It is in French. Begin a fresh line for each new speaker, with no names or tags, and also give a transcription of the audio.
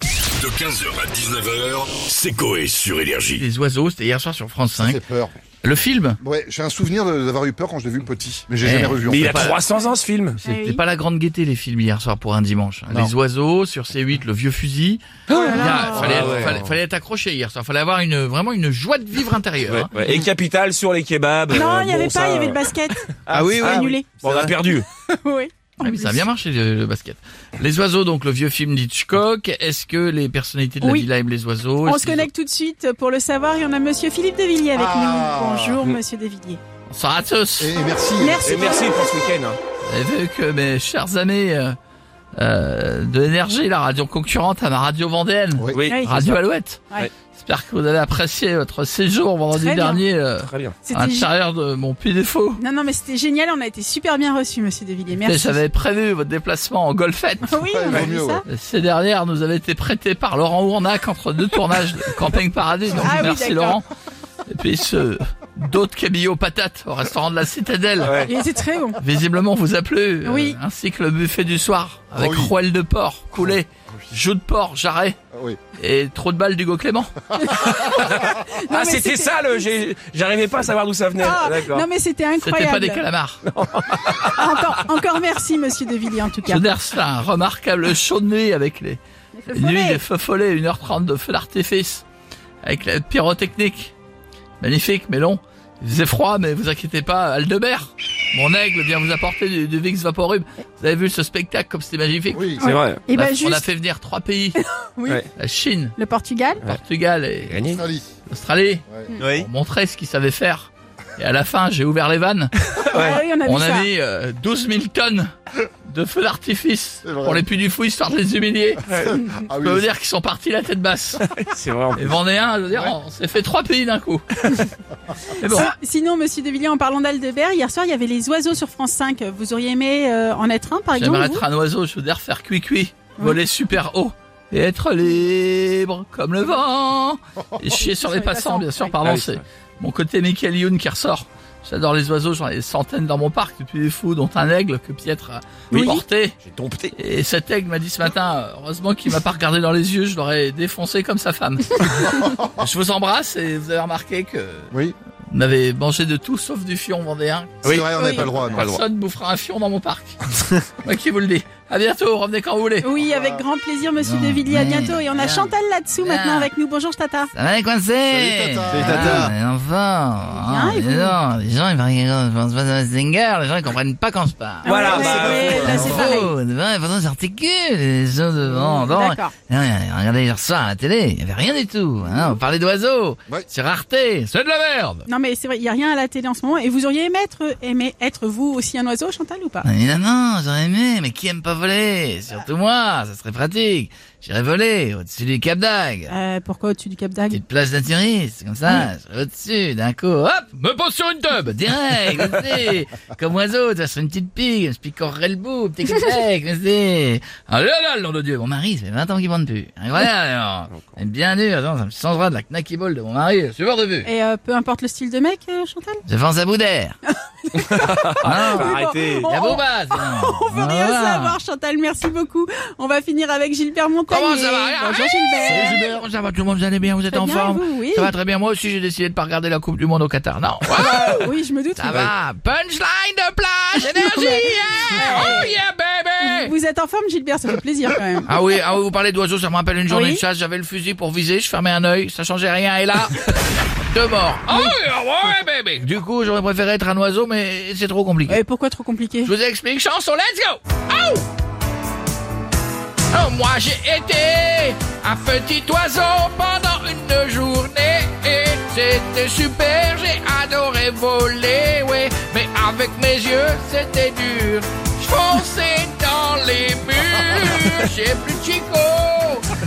De 15h à 19h, c'est Coé sur Énergie.
Les oiseaux, c'était hier soir sur France 5.
C'est peur.
Le film
Ouais, j'ai un souvenir de- d'avoir eu peur quand je l'ai vu petit, mais j'ai
Eh,
jamais revu. en
Mais il a
fait.
300 ans ce film
C'était
Ah oui.
pas la grande gaieté les films hier soir pour un dimanche.
Non.
Les oiseaux sur C8, le vieux fusil. Il y a- fallait,
Ah ouais.
fallait, fallait être accroché hier soir. Fallait avoir une vraiment une joie de vivre intérieure. hein.
Et Capital sur les kebabs
Non,
euh,
il n'y avait
bon,
pas,
ça,
il y avait le
euh,
basket.
Ah oui, oui,
Ah, annulé.
Bon, on a perdu
oui.
Ah oui, ça a bien marché le, le basket. Les oiseaux, donc le vieux film d'Hitchcock. Est-ce que les personnalités de la
Oui.
villa aiment les oiseaux
On
Est-ce
se
qu'ils-
connecte tout de suite. Pour le savoir, il y en a monsieur Philippe Devilliers avec
Ah.
nous. Bonjour, monsieur Devilliers.
Bonsoir à tous.
Et, et merci.
Merci.
Et merci pour ce week-end hein.
Et vu que mes chers amis euh, euh, de l'énergie, la radio concurrente à ma radio vendéenne,
Oui.
Oui,
Oui,
Radio Alouette.
Ouais.
J'espère que vous avez apprécié votre séjour vendredi
Très bien.
dernier euh,
très bien
à
c'était gé-
l'intérieur de mon puy défaut.
Non, non, mais c'était génial. On a été super bien reçus, monsieur Devilliers.
Et
Merci.
J'avais prévu votre déplacement en golfette.
Oui, on a
Ouais,
vu
vaut mieux,
ça.
Ces dernières nous avaient été prêtées par Laurent Ournac entre deux tournages de Campagne Paradis. Donc
Ah oui,
merci
d'accord.
Laurent. Et puis ce d'autres cabillaud patates au restaurant de la Citadelle.
Ah Ouais.
Il était très bon.
Visiblement vous a plu. euh,
Oui.
ainsi que le buffet du soir avec
Ah oui.
rouelle de porc, poulet, joues de porc, jarret
Ah oui.
et trop de balles d'Hugo Clément.
Ah
mais
c'était
c'était-
ça le... j'ai- J'arrivais pas à savoir d'où ça venait
Ah,
D'accord
non, mais c'était
C'était pas des
incroyable.
calamars.
Encore, encore merci, monsieur Devilliers, en tout cas.
Soudain, c'est un remarquable show de nuit avec les
Le
nuits
follet.
des feux follets, 1h30 de feu d'artifice, avec la pyrotechnique. Magnifique, mais long. Il faisait froid, mais vous inquiétez pas, Aldebert, mon aigle vient vous apporter du, du Vix Vaporub. Vous avez vu ce spectacle, comme c'était magnifique.
Oui.
C'est vrai
Et
on, a,
ben
on a
juste
fait venir trois pays,
Oui.
Ouais.
la Chine,
le Portugal.
le Portugal et
Gagné
Australie.
l'Australie,
Oui
pour montrer ce qu'ils savaient faire. Et à la fin, j'ai ouvert les vannes.
Ouais.
Ah oui, on a
On
vu ça.
a mis euh, 12 000 tonnes de feux d'artifice
C'est vrai.
pour les puits du fou, histoire de les humilier.
Ah
Je peux vous
oui.
dire qu'ils sont partis la tête basse.
C'est vrai en
Et Vendéen, je veux dire, on s'est fait trois pays d'un coup. Mais bon,
Ah, Sinon, monsieur Devilliers, en parlant d'Aldebert, hier soir, il y avait les oiseaux sur France 5. Vous auriez aimé euh, en être un, par exemple
j'aimerais
vous
être un oiseau, je veux dire faire cuit-cuit, voler super haut et être libre comme le vent. Et chier sur les passants, bien sûr,
oui.
pardon,
Ah oui,
c'est
c'est
mon côté Michael Youn qui ressort. J'adore les oiseaux, j'en ai des centaines dans mon parc, depuis des fous, dont un aigle que Pietre a
Oui.
porté.
J'ai dompté
Et cet aigle m'a dit ce matin, heureusement qu'il m'a pas regardé dans les yeux, je l'aurais défoncé comme sa femme. je vous embrasse et vous avez remarqué que
Oui.
on avait mangé de tout sauf du fion vendéen.
C'est vrai, on n'avait
Oui.
pas le droit. non.
Pas le droit.
Personne bouffera un fion dans mon parc. Moi qui vous le dis. À bientôt, revenez quand vous voulez.
Oui, avec grand plaisir, monsieur
Non,
Devilliers. À
mais-
bientôt. Et on
Ah.
a Chantal là-dessous maintenant
Ah.
avec nous. Bonjour, Tata.
Ça va les coincés Ah,
Salut, Tata. Salut, Tata.
mais enfin, ah,
Bien, et
mais non, les gens, ils parlent- quand on se passe dans les singers, les gens, ils comprennent pas quand on se parle.
Voilà,
Ouais,
bah,
ouais,
voilà.
là, c'est pareil. Mmh,
Oh, devant, et pourtant, j'articule, les gens devant. Non,
D'accord.
Ouais, regardez hier soir à la télé, il n'y avait rien du tout. Hein, on parlait d'oiseaux,
Ouais.
c'est rareté, c'est de la merde.
Non, mais c'est vrai, il n'y a rien à la télé en ce moment. Et vous auriez aimé être, aimé être vous aussi un oiseau, Chantal, ou
Ah,
pas
Évidemment, j'aurais aimé, mais qui aime pas voler Surtout moi, ça serait pratique. J'irais voler au-dessus du Cap d'Agde.
euh, Pourquoi au-dessus du Cap d'Agde
Petite plage naturiste, comme ça, je serais au-dessus, d'un coup, hop, me pose sur une tube, direct, aussi. comme oiseau, ça serait une petite pique, je picorerais le bout, petit tic-tac, aussi. Ah là là, le nom de Dieu, mon mari, ça fait 20 ans qu'il ne plus. Incroyable, alors. C'est bien dur, attends, ça me changera de la knacky ball de mon mari, je suis mort de vue.
Et euh, peu importe le style de mec, euh, Chantal
Je pense à Boudère. Ah, bah,
Bah, Arrêtez
bon,
la
on,
bombase.
on veut rien savoir, Chantal, merci beaucoup. On va finir avec Gilbert Montagnier.
Comment ça va Rien.
Bonjour, Gilbert.
Bonjour, Ça va, tout le monde, vous allez bien, vous êtes
Très
en
bien,
forme
et vous, oui.
Ça va très bien, moi aussi j'ai décidé de pas regarder la Coupe du Monde au Qatar. Non,
Oui, je me doute.
ça va, punchline de plage, énergie, yeah oh yeah baby
Vous êtes en forme, Gilbert, ça fait plaisir quand même.
ah oui, ah oui, vous parlez d'oiseaux, ça me rappelle une journée
Oui.
de chasse, j'avais le fusil pour viser, je fermais un œil, ça changeait rien, et là, deux morts. Oh yeah, ouais, baby Du coup, j'aurais préféré être un oiseau, mais c'est trop compliqué.
Et pourquoi trop compliqué
Je vous explique, chanson, let's go Oh Oh, Moi j'ai été un petit oiseau pendant une journée et c'était super, j'ai adoré voler, oui, mais avec mes yeux c'était dur. Je fonçais dans les murs, j'ai plus de chico.